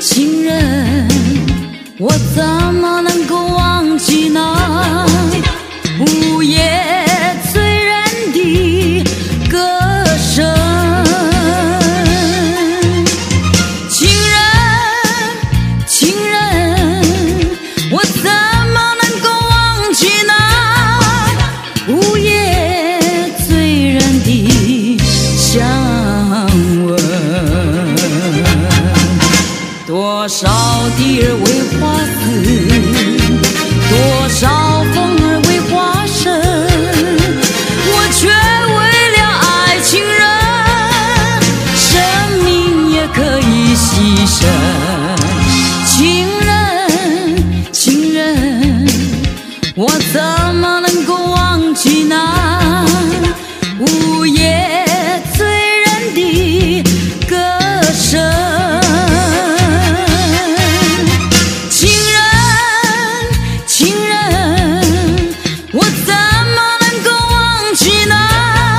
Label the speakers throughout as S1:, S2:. S1: 情人，我怎么能够忘记呢？午夜醉人的歌声，情人，情人，我怎么能够忘记呢？午夜醉人的香吻，多少蝶儿为花死，多少风儿为花盛，我却为了爱情人，生命也可以牺牲。情人，情人。我怎么能够忘记那午夜醉人的歌声？情人，情人，我怎么能够忘记那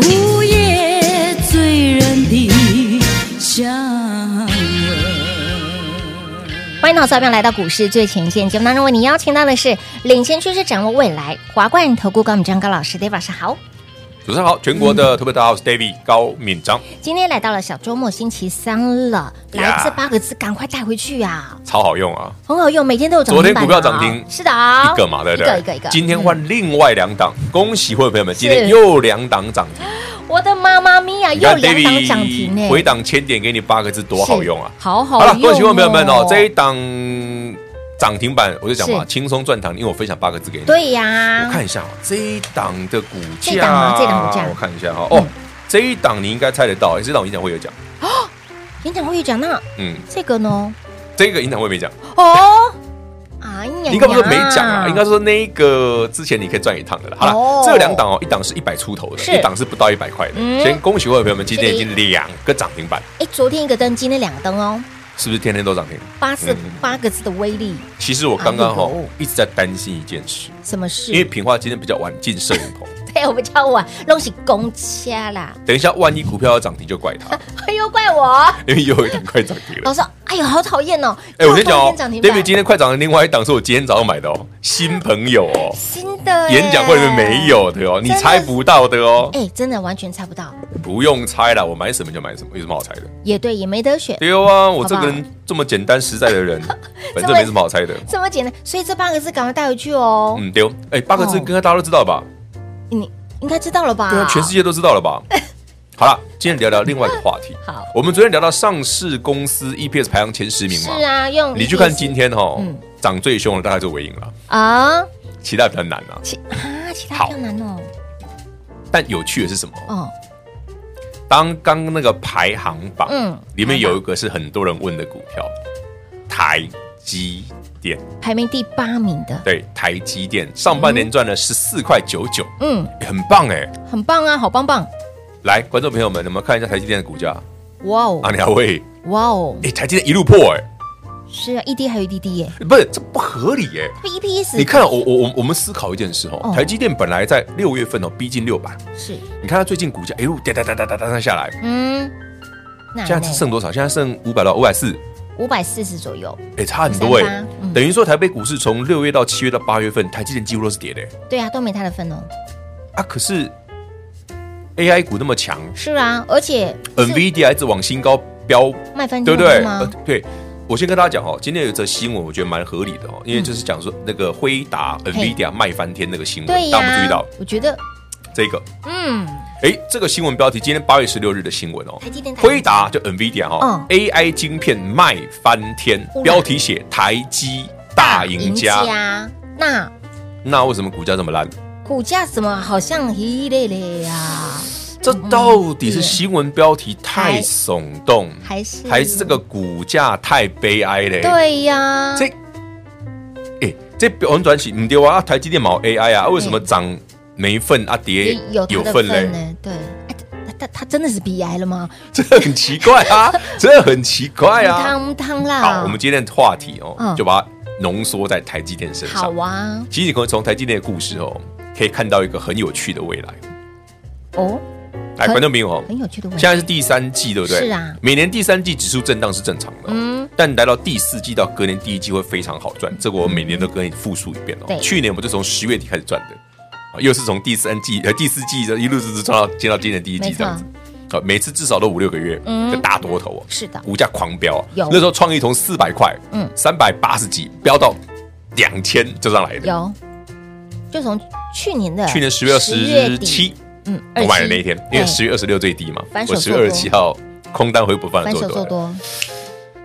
S1: 午夜醉人的香啊吻？
S2: 欢迎老早朋友来到股市最前线节目当中，为您邀请到的是领先趋势、掌握未来华冠投顾高敏章高老师，David 老师好。
S3: 主持人好，全国的特别大家好，我是 David 高敏章，
S2: 今天来到了小周末星期三了，来
S3: Yeah
S2: 这八个字赶快带回去啊，
S3: 超好用啊，
S2: 很好用，每天都有涨停
S3: 昨天
S2: 板
S3: 股票
S2: 啊
S3: 涨停
S2: 是的啊，
S3: 一个嘛，对不
S2: 一个
S3: 对？
S2: 一个一个。
S3: 今天
S2: 嗯
S3: 换另外两档，恭喜会员朋友们，今天又两档涨停，
S2: 我的妈妈咪呀，
S3: 你
S2: 又
S3: 看
S2: 两档涨停呢
S3: David，回档千点给你八个字，多好用啊！
S2: 好好用
S3: 好了
S2: 哦，
S3: 恭喜会员朋友们哦，这一档涨停板我就讲嘛，
S2: 是
S3: 轻松赚糖，因为我分享八个字给你，
S2: 对呀、
S3: 我看一下哦，这一档的股价，
S2: 这档啊这档股价
S3: 我看一下哈，哦
S2: 嗯，
S3: 这一档你应该猜得到，这档我演讲会有讲，
S2: 演讲会有讲到
S3: 嗯，
S2: 这个呢，
S3: 这个演讲会没讲。
S2: 哦，哎呀，哎
S3: 应该不是没讲啊，应该说那一个之前你可以赚一趟的啦。好
S2: 哦
S3: 了，这两档哦，一档是一百出头
S2: 是
S3: 的，一档是不到一百块的
S2: 嗯。
S3: 先恭喜各位朋友们，今天已
S2: 是
S3: 经两个涨停板，
S2: 哎，昨天一个灯，今天两个灯哦，
S3: 是不是天天都涨停？
S2: 八四
S3: 嗯
S2: 八个字的威力，
S3: 其实我刚刚
S2: 哎
S3: 哦
S2: 呦
S3: 一直在担心一件事，
S2: 什么事？哎
S3: 因 为平花今天比较晚进摄影棚，
S2: 对我们叫晚，弄起啊公掐啦，
S3: 等一下万一股票要涨停就怪 他，
S2: 哎呦，怪我。
S3: 因为又有一档快涨停了
S2: 老。师，哎呦，好讨厌哦！
S3: 哎，我先讲
S2: 又
S3: 哦
S2: 放一根涨停板
S3: ，David 今天快涨的另外一档是我今天早上买的哦，新朋友哦，
S2: 新的耶
S3: 演讲会里面没，有的哦，你
S2: 啊真的
S3: 猜不到的哦，
S2: 哎，真的完全猜不到，
S3: 不用猜了，我买什么就买什么，有什么好猜的？
S2: 也对，也没得选，
S3: 对啊，我这
S2: 好不好
S3: 个人这么简单实在 的人，反正没什么好猜的。
S2: 这么简单，所以这八个字赶快带回去哦。
S3: 嗯，丢，哎，八个字
S2: 哦
S3: 应该大家都知道吧？
S2: 你应该知道了吧？
S3: 嗯对啊，全世界都知道 了吧？好了，今天聊聊另外一个话题。
S2: 好
S3: 我们昨天聊到上市公司 EPS 排行前十名嘛，
S2: 是啊，用
S3: 你去看今天哈
S2: 嗯，
S3: 涨最凶的大概就伟影了，
S2: 啊，
S3: 其他比较难啊。
S2: 其啊其他
S3: 好
S2: 比较难哦。
S3: 但有趣的是什么？
S2: 哦，
S3: 当刚那个排行榜，
S2: 嗯
S3: 里面有一个是很多人问的股票，台积电。
S2: 排名第八名的，
S3: 对，台积电上半年赚了十四块九九，
S2: 嗯，
S3: 欸很棒哎、
S2: 很棒啊，好棒棒！
S3: 来，观众朋友们，你们看一下台积电的股价，
S2: 哇哦
S3: 阿廖伟，
S2: 哇哦，
S3: 哎、台积电一路破哎、
S2: 是啊，一滴还有一滴滴耶
S3: 不是这不合理哎、
S2: 这，EPS
S3: 你看，我我我我们思考一件事
S2: 哦
S3: 哦，台积电本来在六月份哦逼近六百，
S2: 是
S3: 你看它最近股价一哎路哒哒哒哒哒哒哒下来，
S2: 嗯，那
S3: 现在剩多少？现在剩五百到五百四，
S2: 五百四十左右，
S3: 哎，差很多哎、
S2: 三八嗯
S3: 等于说台北股市从六月到七月到八月份，台积电几乎都是跌的、欸、
S2: 对啊，都没他的份哦。
S3: 啊，可是 AI 股那么强
S2: 是啊，而且是
S3: ，NVIDIA 一直往新高飙
S2: 卖翻天
S3: 对不对？
S2: 吗
S3: 呃？对，我先跟大家讲哦，今天有一则新闻，我觉得蛮合理的哦，因为就是讲说那个辉达
S2: 嗯嘿
S3: NVIDIA 卖翻天那个新
S2: 对
S3: 闻，
S2: 呀，
S3: 大家有没有注意到
S2: 我觉得，
S3: 这个？
S2: 嗯，
S3: 哎，这个新闻标题今天八月十六日的新闻哦
S2: 台积电，
S3: 辉达就 NVIDIA 哈
S2: 嗯
S3: ，AI 晶片卖翻天
S2: 哇，
S3: 标题写台积大赢家，
S2: 那嗯
S3: 那为什么股价这么烂？
S2: 股价怎么好像一类类呀？
S3: 这到底是新闻标题太耸动，
S2: 还是
S3: 还是这个股价太悲哀嘞？，
S2: 对呀，
S3: 这，哎，这很转起唔对啊，啊台积电毛 AI 啊，为什么涨没份啊跌
S2: 有它
S3: 有
S2: 的
S3: 份嘞？
S2: 呢，对。哎他他他真的是鼻癌了吗？
S3: 这很奇怪 啊，这很奇怪啊。
S2: 汤汤啦，
S3: 好，我们今天的话题哦
S2: 嗯，
S3: 就把它浓缩在台积电身
S2: 好
S3: 上。
S2: 啊，
S3: 其实你可能从台积电的故事哦，可以看到一个很有趣的未来。
S2: 哦，
S3: 来，
S2: 很
S3: 观众朋友哦，
S2: 很有趣的问题。
S3: 现在是第三季，对不对？
S2: 是啊
S3: 每年第三季指数震荡是正常的、嗯，但来到第四季到隔年第一季会非常好赚，这个我每年都跟你复述一遍
S2: 对
S3: 哦。去年我就从十月底开始赚的，啊又是从第三季呃第四季的一路一直赚到进到今年第一
S2: 没
S3: 季
S2: 错嗯
S3: 这样子。啊，每次至少都五六个月的大多头哦，
S2: 是的
S3: 股价狂飙啊
S2: 有！
S3: 那时候创意从四百块，
S2: 嗯
S3: 嗯，三百八十几飙到两千就上来的。
S2: 有，就从去年的
S3: 去年十月二十
S2: 10
S3: 七
S2: 底，，嗯，
S3: 我买的那一天，因为
S2: 十
S3: 十月二十六最低嘛
S2: 反，手
S3: 我
S2: 做
S3: 十
S2: 多
S3: 月二十七号空单回补翻
S2: 反
S3: 手
S2: 哎手
S3: 做
S2: 做
S3: 多。
S2: 多，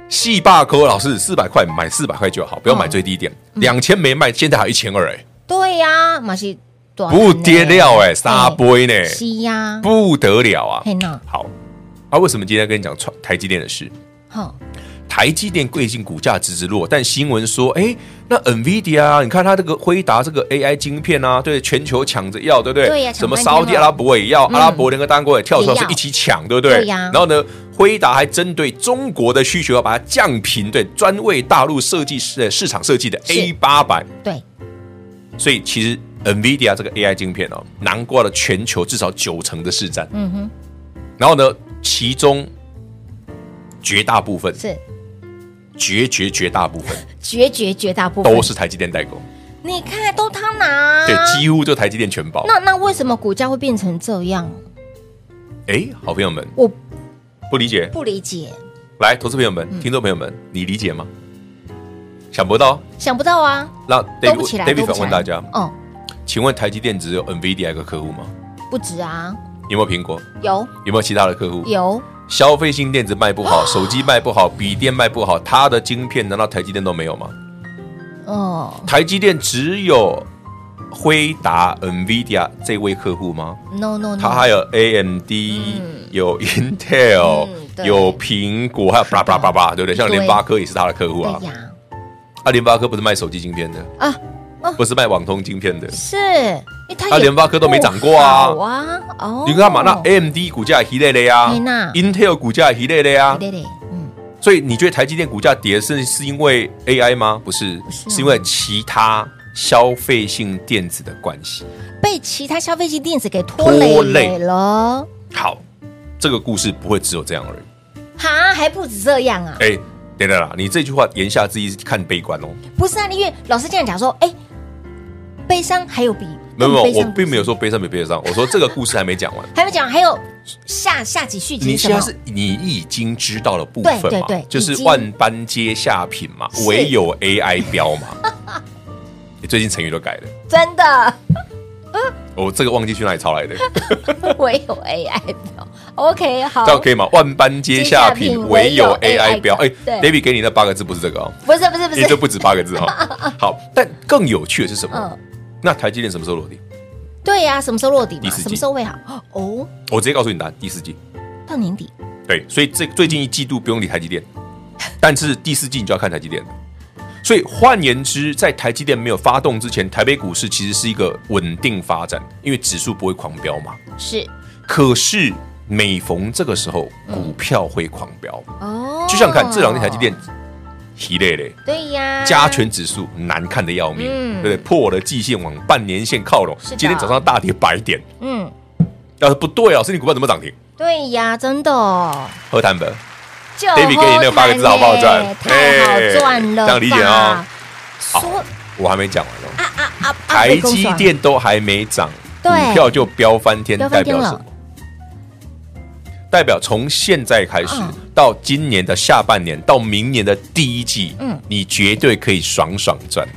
S3: 细霸科老师四百块买四百块就好，不要买最低点，两千没卖，现在还一千二哎，
S2: 对呀，马西
S3: 不跌料哎，沙杯呢，
S2: 西呀，
S3: 不得了啊
S2: 哦嘿！呐，
S3: 好，啊，为什么今天跟你讲创台积电的事？
S2: 好，
S3: 台积电最近股价直直落，但新闻说，哎，那 NVIDIA 啊，你看它这个辉达这个 AI 晶片啊，对，全球抢着要，对不对？
S2: 对呀
S3: 什么
S2: 抢半
S3: 沙
S2: 天
S3: 特
S2: 了
S3: 阿拉伯也要，
S2: 嗯
S3: 阿拉伯联合单国也跳出来
S2: 也
S3: 说
S2: 要
S3: 一起抢，对不对？
S2: 对呀
S3: 然后呢，辉达还针对中国的需求，要把它降频，对，专为大陆设计市呃市场设计的
S2: 是
S3: A 八百，
S2: 对，
S3: 所以其实 NVIDIA 这个 AI 晶片哦，囊括了全球至少九成的市占，
S2: 嗯哼，
S3: 然后呢，其中绝大部分
S2: 是
S3: 绝绝绝大部分。
S2: 绝绝绝大部分嗯
S3: 都，是台积电代工，
S2: 你看都他拿，
S3: 对，几乎就台积电全包。
S2: 那那为什么股价会变成这样？
S3: 哎，好朋友们
S2: 我
S3: 不理解，
S2: 不理解，
S3: 来，投资朋友们、
S2: 嗯
S3: 听众朋友们，你理解吗？想不到，
S2: 想不到啊，
S3: 那
S2: 都不起
S3: David
S2: 来，
S3: David
S2: 都不
S3: 反
S2: 起来
S3: 问大家，
S2: 哦，
S3: 请问台积电只有 NVIDIA 一个客户吗？
S2: 不止啊，
S3: 有没有苹果？
S2: 有
S3: 有没有其他的客户？
S2: 有，
S3: 消费性电子卖 不好，手机卖不好，笔电卖不好，它的晶片难道台积电都没有吗？
S2: 嗯哦
S3: 台积电只有辉达、NVIDIA 这位客户吗？
S2: ，no no no，
S3: 它还有 AMD、有 Intel、
S2: 嗯对
S3: 有苹果，还有叭叭叭叭，对不对？像联发科也是它的客户啊
S2: 对。呀，
S3: 啊，联发科不是卖手机晶片的
S2: 啊啊
S3: 不是卖网通晶片的。
S2: 是，因为它
S3: 它
S2: 也
S3: 联发科都没涨过啊
S2: 不好啊，哦，
S3: 你看嘛，那 AMD 股价也一类类啊
S2: 嘿呐
S3: ，Intel 股价也一类类啊。
S2: 对对，嗯，
S3: 所以你觉得台积电股价跌是是因为 AI 吗？不是，
S2: 不是啊
S3: 是因为其他消费性电子的关系。
S2: 被其他消费性电子给拖累
S3: 拖
S2: 累
S3: 累
S2: 了，
S3: 好，这个故事不会只有这样而已。
S2: 哈，还不止这样啊，
S3: 哎、等等啦，你这句话言下之意看悲观哦。
S2: 不是啊，因为老师这样讲说，哎，悲伤还有比
S3: 没有没
S2: 更
S3: 有，
S2: 悲
S3: 我
S2: 伤的
S3: 并没有
S2: 故事
S3: 说悲伤没悲伤，我说这个故事还 没讲完。
S2: 还没讲，还有下下几续集
S3: 你
S2: 是
S3: 现
S2: 什么？
S3: 在是你已经知道了部分嘛，
S2: 对对对
S3: 就是
S2: 已经
S3: 万般皆下品嘛
S2: 是，
S3: 唯有 AI 标嘛。 你最近成语都改了，
S2: 真的，
S3: 我这个忘记去哪里抄来的，
S2: 我有 AI 表，OK，好
S3: 这，样可以吗？万般皆下品，唯有 AI 标。哎
S2: 对
S3: ，David 给你那八个字不是这个哦，
S2: 不是不是不
S3: 因为这
S2: 是，
S3: 不止八 个字哦。好，但更有趣的是什么
S2: 嗯？
S3: 那台积电什么时候落地？
S2: 对呀，什么时候落底嘛？
S3: 第四季
S2: 什么时候会好？哦，
S3: 我直接告诉你答案，第四季。
S2: 到年底
S3: 对，所以这最近一季度不用理台积电，但是第四季你就要看台积电了。所以换言之，在台积电没有发动之前，台北股市其实是一个稳定发展，因为指数不会狂飙嘛。
S2: 是
S3: 可是每逢这个时候，
S2: 嗯
S3: 股票会狂飙。
S2: 哦，
S3: 就像看这两天台积电，疲累嘞，
S2: 对呀，
S3: 加权指数难看的要命，
S2: 嗯
S3: 对不对？破了季线往半年线靠拢
S2: 是的，
S3: 今天早上大跌百点。
S2: 嗯，
S3: 要是不对，啊老师你股票怎么涨停？
S2: 对呀，真的哦，
S3: 何谈本？
S2: 就
S3: David 给你那个八个字好不好赚
S2: 好看耶太好赚了吧，
S3: 哎这样理解哦好
S2: 说
S3: 我还没讲完哦。
S2: 啊，
S3: 台积电都还没涨，股
S2: 对
S3: 票就飙翻天，
S2: 飙
S3: 代
S2: 翻天
S3: 表
S2: 了
S3: 什么？代表从现在开始
S2: 嗯
S3: 到今年的下半年，到明年的第一季，
S2: 嗯
S3: 你绝对可以爽爽赚，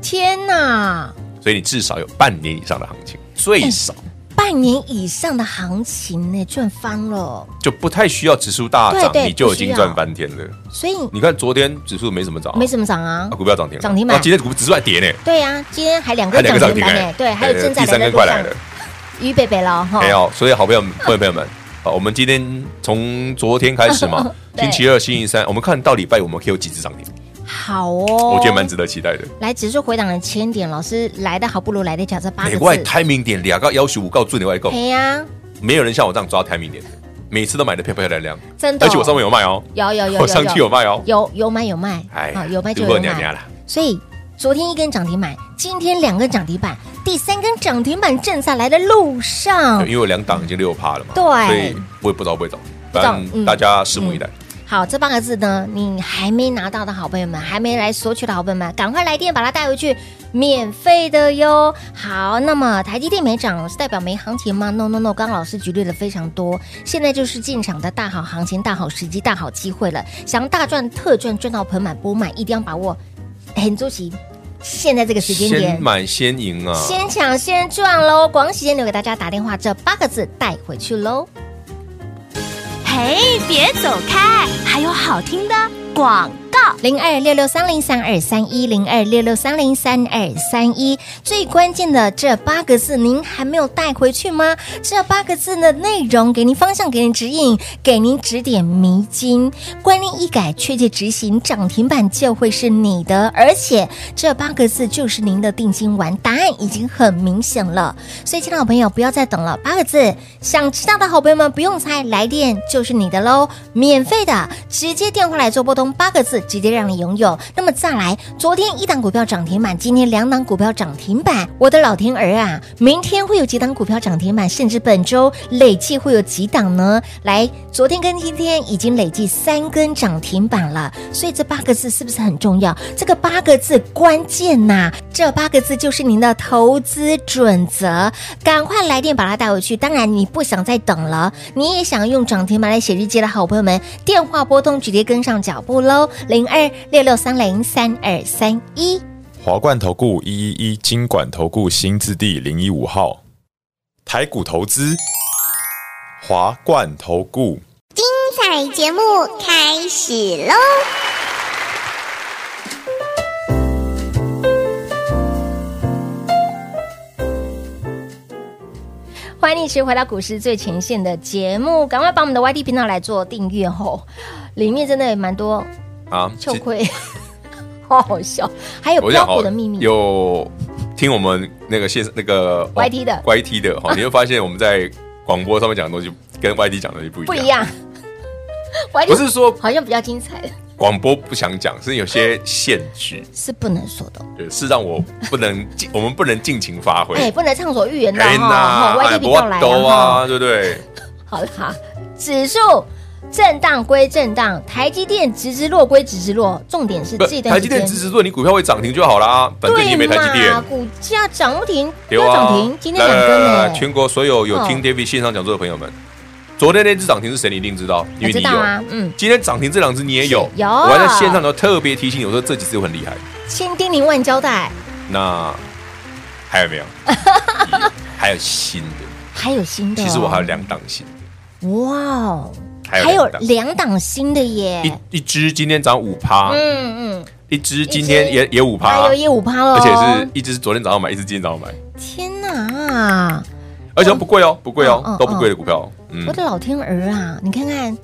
S2: 天哪，
S3: 所以你至少有半年以上的行情，最少
S2: 嗯半年以上的行情呢，赚翻了，
S3: 就不太需要指数大涨
S2: 对，对
S3: 你就已
S2: 不需
S3: 经
S2: 要
S3: 赚翻天了。
S2: 所以
S3: 你看昨天指数没怎么涨啊，
S2: 没怎么涨啊
S3: 啊，。股票涨停了，
S2: 涨停板
S3: 哇今天股指数还跌呢，
S2: 对呀，今天还两
S3: 还
S2: 个
S3: 两
S2: 涨
S3: 个涨
S2: 停
S3: 停
S2: 板
S3: 哎
S2: 呢，，对，还有正在
S3: 第三
S2: 的
S3: 根快来了，
S2: 于北北了哈，
S3: 没，有，哎所以好朋友们、各位朋友们，啊，我们今天从昨天开始嘛
S2: 对
S3: 星期二、星期三，我们看到礼拜五我们可以有几只涨停，
S2: 好哦，
S3: 我觉得蛮值得期待的。
S2: 来指数回档的千点，老师来的好不如来的巧，这八
S3: 美
S2: 个
S3: 外
S2: 字，
S3: timing 点两个要求五告准你外购，
S2: 嘿呀，
S3: 没有人像我这样抓 timing 点的，每次都买的漂漂亮亮，
S2: 真的哦，
S3: 而且我上面有卖哦，
S2: 有有有有
S3: 我上去有卖哦。
S2: 有有买有卖，
S3: 哎呀
S2: 好有卖就
S3: 如果
S2: 有
S3: 娘娘
S2: 买
S3: 啦，
S2: 所以昨天一根涨停板，今天两根涨停板，第三根涨停板正在来的路上
S3: 因。为我两档已经六趴了嘛，
S2: 嗯对
S3: 所以我也不知道会不会涨，
S2: 不知道
S3: 反
S2: 嗯
S3: 正大家拭目以待。
S2: 好，这八个字呢，你还没拿到的好朋友们，还没来索取的好朋友们，赶快来电把它带回去，免费的哟。好，那么台积电没涨是代表没行情吗？No No No，刚刚老师举例了非常多，现在就是进场的大好行情、大好时机、大好机会了。想大赚特赚，赚到盆满钵满，一定要把握。很周期，现在这个时间点
S3: 先。买先赢啊！
S2: 先抢先赚喽！广喜先留给大家打电话，这八个字带回去喽。
S4: 嘿，别走开，还有好听的广告。
S2: 零二六六三零三二三一零二六六三零三二三一。最关键的这八个字，您还没有带回去吗？这八个字的内容，给您方向，给您指引，给您指点迷津。观念一改，确切执行，涨停板就会是你的。而且这八个字就是您的定心丸，答案已经很明显了。所以，亲爱的朋友，不要再等了，八个字，想知道的好朋友们不用猜，来电就是你的喽，免费的，直接电话来做拨通，八个字，直接让你拥有。那么再来，昨天一档股票涨停板，今天两档股票涨停板，我的老天儿啊，明天会有几档股票涨停板，甚至本周累计会有几档呢？来，昨天跟今天已经累计三根涨停板了，所以这八个字是不是很重要？这个八个字关键呐、这八个字就是您的投资准则，赶快来电把它带回去。当然，你不想再等了，你也想用涨停板来写日记的好朋友们，电话拨通直接跟上脚步喽，零二六六三零三二三一。
S5: 华冠投顾一一一金管投顾新字第零一五号，台股投资，华冠投顾。
S6: 彩节目开始喽！
S2: 欢迎你持续回到股市最前线的节目，赶快把我们的 YT 频道来做订阅吼、里面真的也蛮多
S3: 啊，
S2: 秋
S3: 其
S2: 葵，好好笑，还有
S3: 我
S2: 标
S3: 想
S2: 股
S3: 哦
S2: 的秘密，
S3: 有听我们那个线那个
S2: YT 的
S3: YT 的哦哈，你会发现我们在广播上面讲的东西跟 YT 讲的东西不一
S2: 不
S3: 样。
S2: 一样。YT
S3: 不是说
S2: 好像比较精彩，
S3: 广播不想讲，是有些限制，
S2: 是不能说的。
S3: 对，是让我不能尽，我们不能尽情发挥。
S2: 哎、不能畅所欲言的
S3: 哎
S2: 哈，
S3: 呐，
S2: 外地频道来
S3: 斗
S2: 了哦哈。
S3: 啊，对不对？
S2: 好啦，指数震荡归震荡，台积电直直落归直直落，重点是
S3: 不
S2: 这，一段
S3: 台
S2: 时
S3: 积电
S2: 间
S3: 支持做，你股票会涨停就好啦，反正你也没台积
S2: 对嘛
S3: 电。
S2: 股价涨不停，
S3: 对
S2: 又
S3: 啊
S2: 涨停，今天
S3: 来
S2: 两
S3: 来
S2: 根
S3: 来来
S2: 了
S3: 来，全国所有有
S2: 哦
S3: 听 David 线上讲座的朋友们，昨天那只涨停是谁？你一定知道，因
S2: 我
S3: 为
S2: 知
S3: 你
S2: 道
S3: 有。
S2: 啊，嗯，
S3: 今天涨停这两只你也有，
S2: 有
S3: 我还在线上都特别提醒你，我说这几只很厉害。
S2: 千叮咛万交代，
S3: 那还有 没有？还有新的，
S2: 还有新的哦、
S3: 其实我还有两档新，
S2: 哇哦，
S3: 还有
S2: 还有
S3: 两档
S2: 两档新的耶，
S3: 一一只今天涨五趴，
S2: 嗯嗯，
S3: 一只今天也也五趴
S2: 还有，哦业五趴喽，
S3: 而且是一只是昨天早上买，一只今天早上买，
S2: 天
S3: 嗯
S2: 哪！
S3: 而且不贵哦，不贵
S2: 嗯嗯
S3: 哦，都不贵的股票哦，嗯
S2: 我，的老天儿啊，你看看，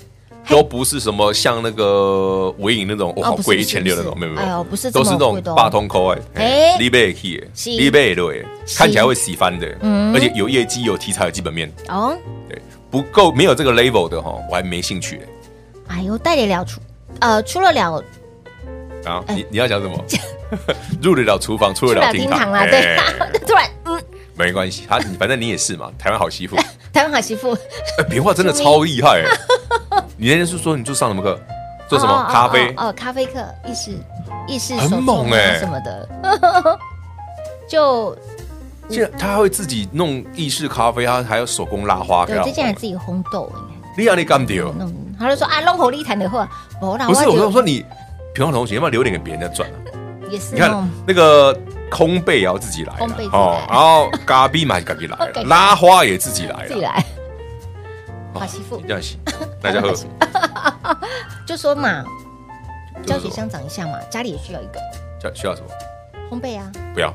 S3: 都不是什么像那个尾影那种哇，
S2: 哦
S3: 好
S2: 不是
S3: 贵
S2: 不
S3: 一
S2: 是
S3: 千六那
S2: 不
S3: 种，
S2: 是
S3: 没有没
S2: 哎
S3: 有
S2: 呦不是，这
S3: 都是
S2: 么
S3: 那
S2: 贵
S3: 种
S2: 的哦
S3: 大通扣哎，
S2: 哎
S3: 哎，立贝克，
S2: 是
S3: 立贝对，
S2: 是
S3: 看起来会喜翻的，
S2: 嗯
S3: 而且有业绩有题材有基本面，
S2: 哦，
S3: 对，不够没有这个 level 的哈，我还没兴趣
S2: 哎呦，带得了出，呃，出了了
S3: 哎啊，你你要讲什么？ 入得了厨房，出得了厅堂哎
S2: 啦，对， 突然，嗯，
S3: 没关系，他反正你也是嘛，台湾好媳 妇。
S2: 台湾好媳妇，
S3: 哎，别话真的超厉害、欸！你那天是说你就上什么课？做什么、
S2: 哦哦
S3: 咖啡？
S2: 哦，哦咖啡课，意式意式
S3: 很
S2: 手
S3: 猛
S2: 作啊
S3: 哎
S2: 什么的， 就
S3: 现
S2: 嗯
S3: 在他还会自己弄意式咖啡，他还要哦手工拉花。
S2: 对，最近还自己烘豆，欸
S3: 你让你干掉？
S2: 弄，他就说啊，弄好利谈的话，不啦，
S3: 不是，
S2: 就嗯
S3: 我说我说你平常同学，要不要留点给别人家赚啊、
S2: 也是
S3: 你看
S2: 哦，
S3: 那个烘焙也要自己来啦哦
S2: 烘焙自己来
S3: 然后咖啡嘛也自己来
S2: OK
S3: 了，拉花也自己来
S2: 自己
S3: 了。
S2: 来，
S3: 哎哦
S2: 好媳妇
S3: 你这 样行，大家喝
S2: 好。媳就说嘛，教学相长一下嘛，家里也需要一个
S3: 需要需要什么？
S2: 烘焙啊，
S3: 不要，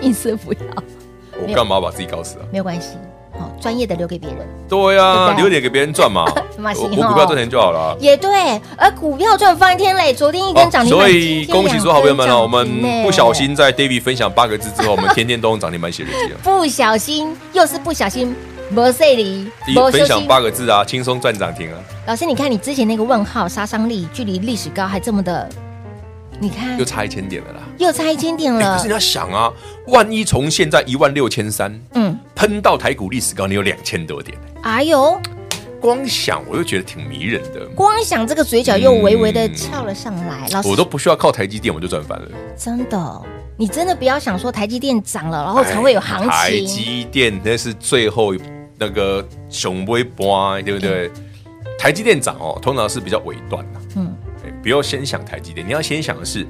S2: 意思不要，
S3: 我干嘛把自己搞死啊？
S2: 没有关系，好，专业的留给别人
S3: 对
S2: 对
S3: 啊，
S2: 不对。
S3: 留点给别人赚嘛
S2: 嘛是
S3: 我我
S2: 哦
S3: 股票赚钱就好了啊。
S2: 也对。而股票赚翻天嘞，昨天一根
S3: 好，
S2: 涨停板，
S3: 哦所以
S2: 今天
S3: 恭喜所有好朋友们啊！
S2: 两
S3: 我
S2: 根涨停
S3: 们
S2: 嘞。
S3: 不小心在 David 分享八个字之后，我们天天都用涨停板写日记了
S2: 不小心，又是不小心，没睡离，
S3: 第
S2: 没
S3: 一，分享八个字啊，轻松赚涨停啊，
S2: 老师，你看你之前那个问号杀伤力，距离历史高还这么的，你看
S3: 又差一千点了啦。
S2: 又差一千点
S3: 哎
S2: 了
S3: 可是你。要想啊，万一从现在一万六千三
S2: 嗯，
S3: 喷到台股历史高，你有两千多点，
S2: 哎呦，
S3: 光想我就觉得挺迷人的。
S2: 光想这个嘴角又微微的翘了上来。老师，
S3: 嗯我都不需要靠台积电，我就赚翻了。
S2: 真的，你真的不要想说台积电涨了，然后才会哦有行
S3: 哎台
S2: 情。
S3: 积电那是最后那个熊微波，对不对？台积电涨哦，通常是比较尾段的、
S2: 嗯
S3: 嗯，哎不要先想台积电，你要先想的是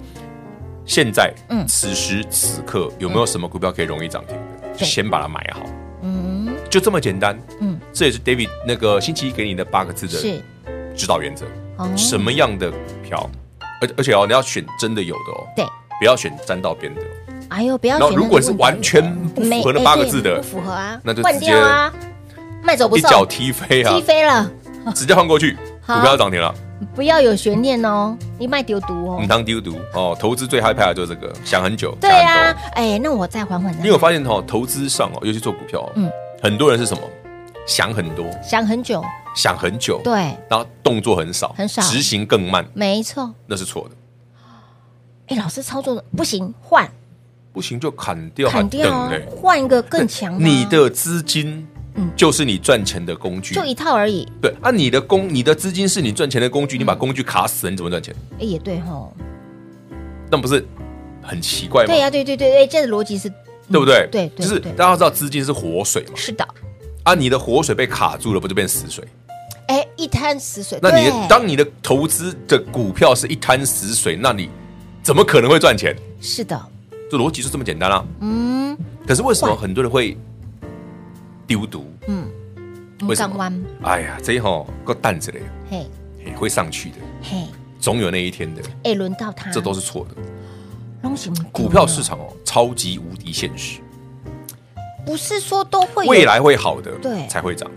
S3: 现在，
S2: 嗯
S3: 嗯，此时此刻有没有什么股票可以容易涨停的，就
S2: 对
S3: 先把它买好，
S2: 嗯，
S3: 就这么简单。
S2: 嗯
S3: 嗯，这也是 David 那个星期一给你的八个字的
S2: 是
S3: 指导原则，
S2: 哦，
S3: 什么样的票，而而且哦，你要选真的有的哦，
S2: 对，
S3: 不要选沾到边的哦。
S2: 哎呦，不要
S3: 然
S2: 选
S3: 后
S2: 那个问题。
S3: 如果是完全不符合那八个字
S2: 哎
S3: 的
S2: 对不符合啊，
S3: 那就
S2: 换
S3: 直接
S2: 掉啊，卖走不
S3: 一
S2: 送，
S3: 脚踢飞啊
S2: 踢，飞了，
S3: 直接换过去，
S2: 好
S3: 股票涨停了，
S2: 不要有悬念哦，你卖丢毒哦
S3: 你。当丢毒哦。投资最害怕的就是这个，想很久，
S2: 对
S3: 想
S2: 啊
S3: 很久，
S2: 哎，那我再缓缓再
S3: 因为我发现哦，投资上哦，尤其做股票，
S2: 嗯
S3: 嗯，很多人是什么，想很多，
S2: 想很久，
S3: 想很久，，
S2: 对，
S3: 然后动作很少，
S2: 很少
S3: 执行更慢，
S2: 没错。
S3: 那是错的。
S2: 哎，老师操作的不行，换
S3: 不行就砍掉，
S2: 砍掉啊
S3: 还等嘞，
S2: 换一个更强 的啊。
S3: 你的资金
S2: 嗯
S3: 就是你赚钱的工具
S2: 就，一套而已，
S3: 对啊，你的工，你的资金是你赚钱的工具，你把工具卡死了，你怎么赚钱？
S2: 哎，也对吼。
S3: 那不是很奇怪吗？
S2: 对呀，对对对，哎，这个逻辑是，
S3: 对不对？
S2: 嗯对对
S3: 就是
S2: 对
S3: 大家知道资金是活水嘛，
S2: 是的。
S3: 啊，你的活水被卡住了，不就变死水？
S2: 哎，一滩死水。
S3: 那你
S2: 对
S3: 的当你的投资的股票是一滩死水，那你怎么可能会赚钱？
S2: 是的，
S3: 这逻辑就这么简单啦、啊
S2: 嗯
S3: 可是为什么很多人会丢毒？
S2: 嗯，
S3: 为什
S2: 港
S3: 么
S2: 湾，？
S3: 哎呀，这吼个担子嘞，
S2: 嘿
S3: 嘿会上去的，
S2: 嘿，
S3: 总有那一天的，
S2: 哎，轮到他，
S3: 这都是错的。
S2: 拢是不对
S3: 股票市场哦，超级无敌现实，
S2: 不是说都会有嗯
S3: 未来会好的，
S2: 对哦
S3: 才会涨。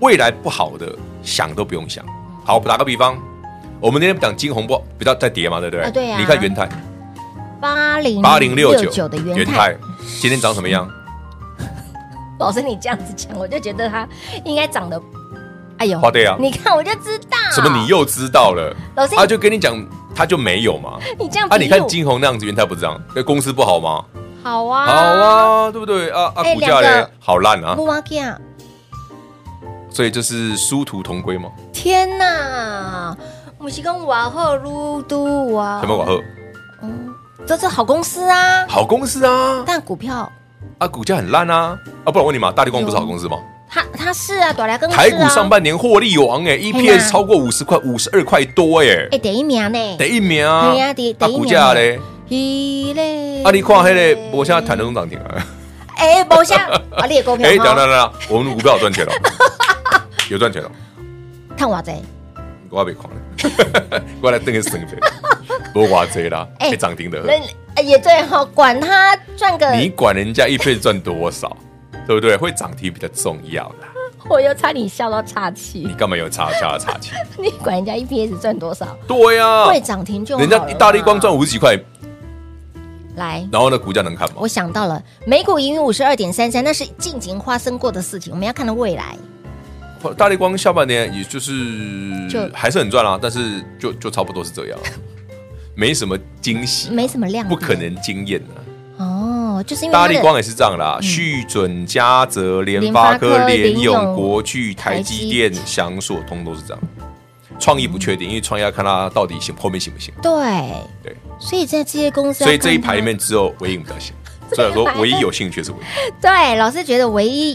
S3: 未来不好的，想都不用想。好，打个比方，我们今天讲金红不比较在跌嘛，对不对？
S2: 啊对啊
S3: 你看元泰
S2: 八零
S3: 八零六九
S2: 的元泰，，啊
S3: 今天涨什么样？
S2: 老师你这样子讲，我就觉得它应该长得，哎呦，
S3: 哦对啊
S2: 你看我就知道，
S3: 什么？你又知道了？
S2: 老师
S3: 他就跟你讲，他就没有嘛。
S2: 你这样
S3: 啊，你
S2: 比喻
S3: 看金红那样子，元泰不是这样，那公司不好吗？
S2: 好啊，
S3: 好，啊，对不对？啊啊，
S2: 哎
S3: 股价
S2: 两
S3: 嘞
S2: 个
S3: 好烂啊
S2: 不，挖啊！
S3: 所以就是殊途同归嘛。
S2: 天哪，我是讲瓦赫鲁都瓦，
S3: 什么？瓦赫？
S2: 这啊是好公司啊，
S3: 好公司啊，
S2: 但股票
S3: 啊，股价很烂啊。啊，不然我问你嘛，大力光不是好公司吗？
S2: 它它是啊，短来跟
S3: 台股上，半年获利王哎、
S2: 嘿
S3: e p
S2: 啦
S3: s 超过五十块，五十二块多哎、
S2: 哎，第一名呢？
S3: 第一名啊，
S2: 嘿啊第第一名
S3: 股价嘞，
S2: 一嘞，
S3: 啊，你看黑嘞，我现在谈的中涨停啊，
S2: 哎，某些啊，你的股票
S3: 哎，等等等等，我们股票有赚钱了， 有赚钱了，
S2: 看我这，
S3: 呃我还没看嘞， 我来等个省钱，不花贼啦，
S2: 哎
S3: 哎，涨停的，
S2: 那哎也对哈，管他赚个，
S3: 你管人家 EPS 赚多少，对不对？会涨停比较重要啦，
S2: 我又差点笑到岔气
S3: 你。干嘛有差差差钱？
S2: 你管人家 EPS 赚多少，
S3: 对呀，
S2: 会涨停就好
S3: 啊人
S2: 了
S3: 家
S2: 嘛
S3: 大力光赚五十几块，
S2: 来。
S3: 然后呢，股价能看吗
S2: 我？想到了，美股盈余五十二点三三，那是近前发生过的事情，我们要看到未来。
S3: 大力光下半年也就是
S2: 就
S3: 还是很赚啊，但是就就差不多是这 样，啊没什么惊喜，
S2: 没什么亮点
S3: 不可能惊艳啊。
S2: 哦，就是因为
S3: 大
S2: 它
S3: 力
S2: 的
S3: 光也是这样啦，旭准、嘉泽、联发
S2: 嗯联发科
S3: 科、联
S2: 联咏
S3: 咏、国巨、台积电
S2: 台积、
S3: 翔硕，通通都是这样。创意不确定，因为创意要看它到底行后面行不行。
S2: 对
S3: 对，
S2: 所以在这些公司要看
S3: 所以
S2: 它，
S3: 这一排里面只有唯影比较行。所以说，唯一有兴趣是唯影，
S2: 对老师觉得唯一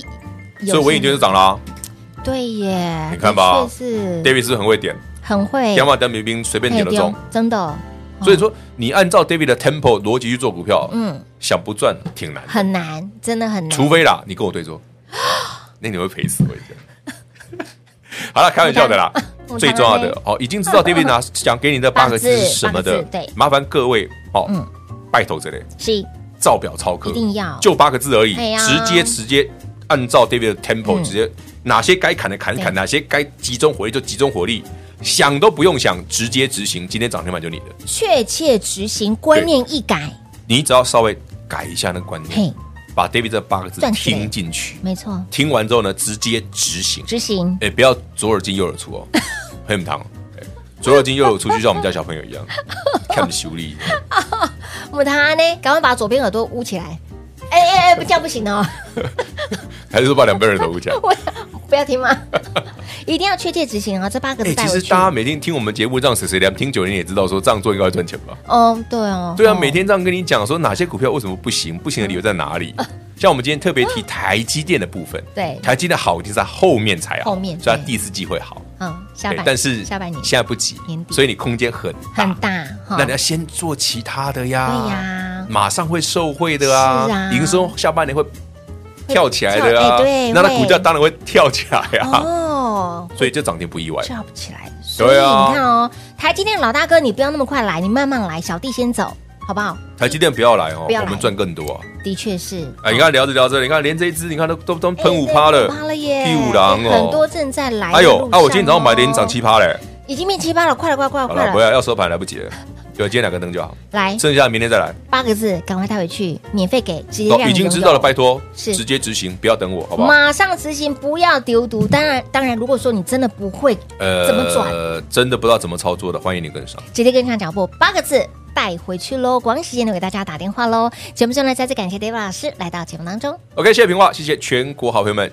S2: 有
S3: 所以唯影就是涨啦。
S2: 对耶，
S3: 你看吧
S2: 的确是
S3: David 是不是很会点，
S2: 很会
S3: 天马单民兵随便点
S2: 嘿
S3: 得
S2: 对
S3: 中
S2: 哦。真的
S3: 所以说，你按照 David 的 tempo 逻辑去做股票，
S2: 嗯
S3: 嗯，想不赚挺难的。
S2: 很难，真的很难。
S3: 除非啦，你跟 我对坐，那你会赔死我一下。 好了，开玩笑的啦
S2: 我当然。
S3: 最重要的哦，已经 知道 David 拿讲给你的八个字是什么
S2: 八个
S3: 的
S2: 字对，
S3: 麻烦各位哦
S2: 嗯，
S3: 拜托这类
S2: 是
S3: 照表操课，
S2: 一定要
S3: 呃就八个字而已，
S2: 哎呀
S3: 直接直接按照 David 的 tempo，、
S2: 嗯
S3: 直接哪些该砍的砍砍，
S2: 对
S3: 哪些该集中火力就集中火力，想都不用想，直接执行。今天涨停板就你的，
S2: 确切执行，观念一改，
S3: 你只要稍微改一下那个观念
S2: 嘿，
S3: 把 David 这八个字
S2: 赚钱
S3: 听进去，
S2: 没错，
S3: 听完之后呢，直接执行。
S2: 执行
S3: 哎、不要左耳进右 耳出哦，很母汤哦。哎左耳进右耳出，就像我们家小朋友一 样，看不起无力。
S2: 木他呢，赶快把左边耳朵捂起来。哎哎哎，不这样不行哦，
S3: 还是说把两边耳朵捂起来？
S2: 我不要听 吗？一定要确切执行啊，这八个
S3: 哎、
S2: 字带
S3: 其
S2: 回
S3: 实
S2: 去。
S3: 大家每天听我们节目，这样谁谁凉听久了，你也知道说这样做应该会赚钱吧？
S2: 哦，对哦，
S3: 对啊，
S2: 哦
S3: 每天这样跟你讲说哪些股票为什么不行，不行的理由在哪里？像我们今天特别提台积电的部分，
S2: 哦对
S3: 台积电好一定是在后面才好，
S2: 后面
S3: 所以它
S2: 对
S3: 第四季会好，
S2: 嗯，下
S3: 对
S2: 半
S3: 哎但是
S2: 下半年
S3: 现在不急
S2: 年，底
S3: 所以你空间很大
S2: 很大哈
S3: 那你要先做其他的呀，
S2: 对呀
S3: 马上会受惠的啊，
S2: 是啊
S3: 营收下半年会跳起来的啊，
S2: 跳哎对
S3: 那它
S2: 会
S3: 股价当然会跳起来啊，
S2: 哦，
S3: 所以这涨跌不意外。
S2: 抓不起来。所以
S3: 对啊
S2: 你看哦，台积电老大哥，你不要那么快来，你慢慢来，小弟先走，好不好？
S3: 台积电不要来哦
S2: 不要，来哦
S3: 我们赚更多啊！
S2: 的确是，
S3: 哎，你看聊着聊着，你看连这一只，你看都都都
S2: 哎
S3: 喷五趴了
S2: 对，趴了耶，
S3: 第五郎哦
S2: 很多正在来。
S3: 哎呦，啊，我今天早上买的已经涨，七趴嘞，
S2: 哦已经变七八了，快了，快了快了，
S3: 好
S2: 快
S3: 了，
S2: 了，哎
S3: 不要要收盘来不及了，就今天两个灯就好，
S2: 来
S3: 剩下明天再来。
S2: 八个字，赶快带回去，免费给，直接
S3: 哦
S2: 让你
S3: 已经
S2: 拥
S3: 知
S2: 有
S3: 道了，拜托，
S2: 是
S3: 直接执行，不要等我，好不好？
S2: 马上执行，不要丢毒。当然，当然，如果说你真的不会，怎么转，
S3: 呃真的不知道怎么操作的，欢迎你跟上。
S2: 直接跟上脚步，八个字带回去喽。广喜时间留给大家打电话喽。节目中呢，再次感谢 David 老师来到节目当中。
S3: OK，谢谢平话，谢谢全国好朋友们，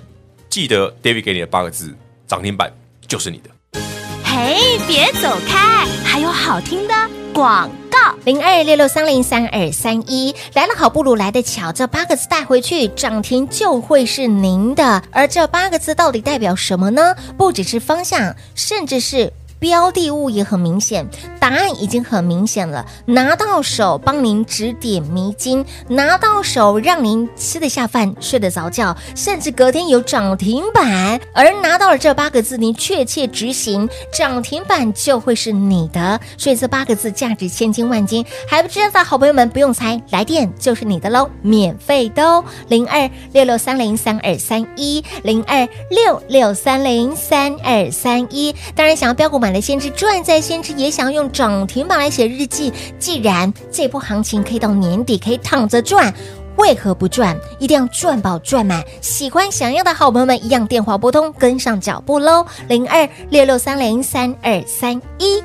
S3: 记得 David 给你的八个字：涨停板就是你的。
S4: 嘿，别走开，还有好听的广告。
S2: 零二六六三零三二三一，来了好不如来得巧，这八个字带回去，涨停就会是您的。而这八个字到底代表什么呢？不只是方向，甚至是。标的物也很明显，答案已经很明显了。拿到手，帮您指点迷津；拿到手，让您吃得下饭、睡得着觉，甚至隔天有涨停板。而拿到了这八个字，您确切执行，涨停板就会是你的。所以这八个字价值千金万金，还不知道的好朋友们不用猜，来电就是你的喽，免费的哦，零二六六三零三二三一零二六六三零三二三一。当然，想要标股买来先知赚在先知，也想要用涨停板来写日记。既然这波行情可以到年底可以躺着赚。为何不赚？一定要赚饱赚满。喜欢想要的好朋友们，一样电话拨通，跟上脚步喽，零二六六三零三二三一。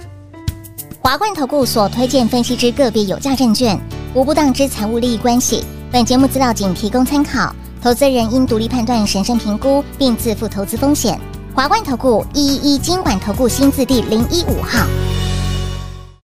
S6: 华冠投顾所推荐分析之个别有价证券，无不当之财务利益关系。本节目资料仅提供参考，投资人应独立判断、审慎评估，并自负投资风险。华冠投顾一一一金管投顾新字第零一五号。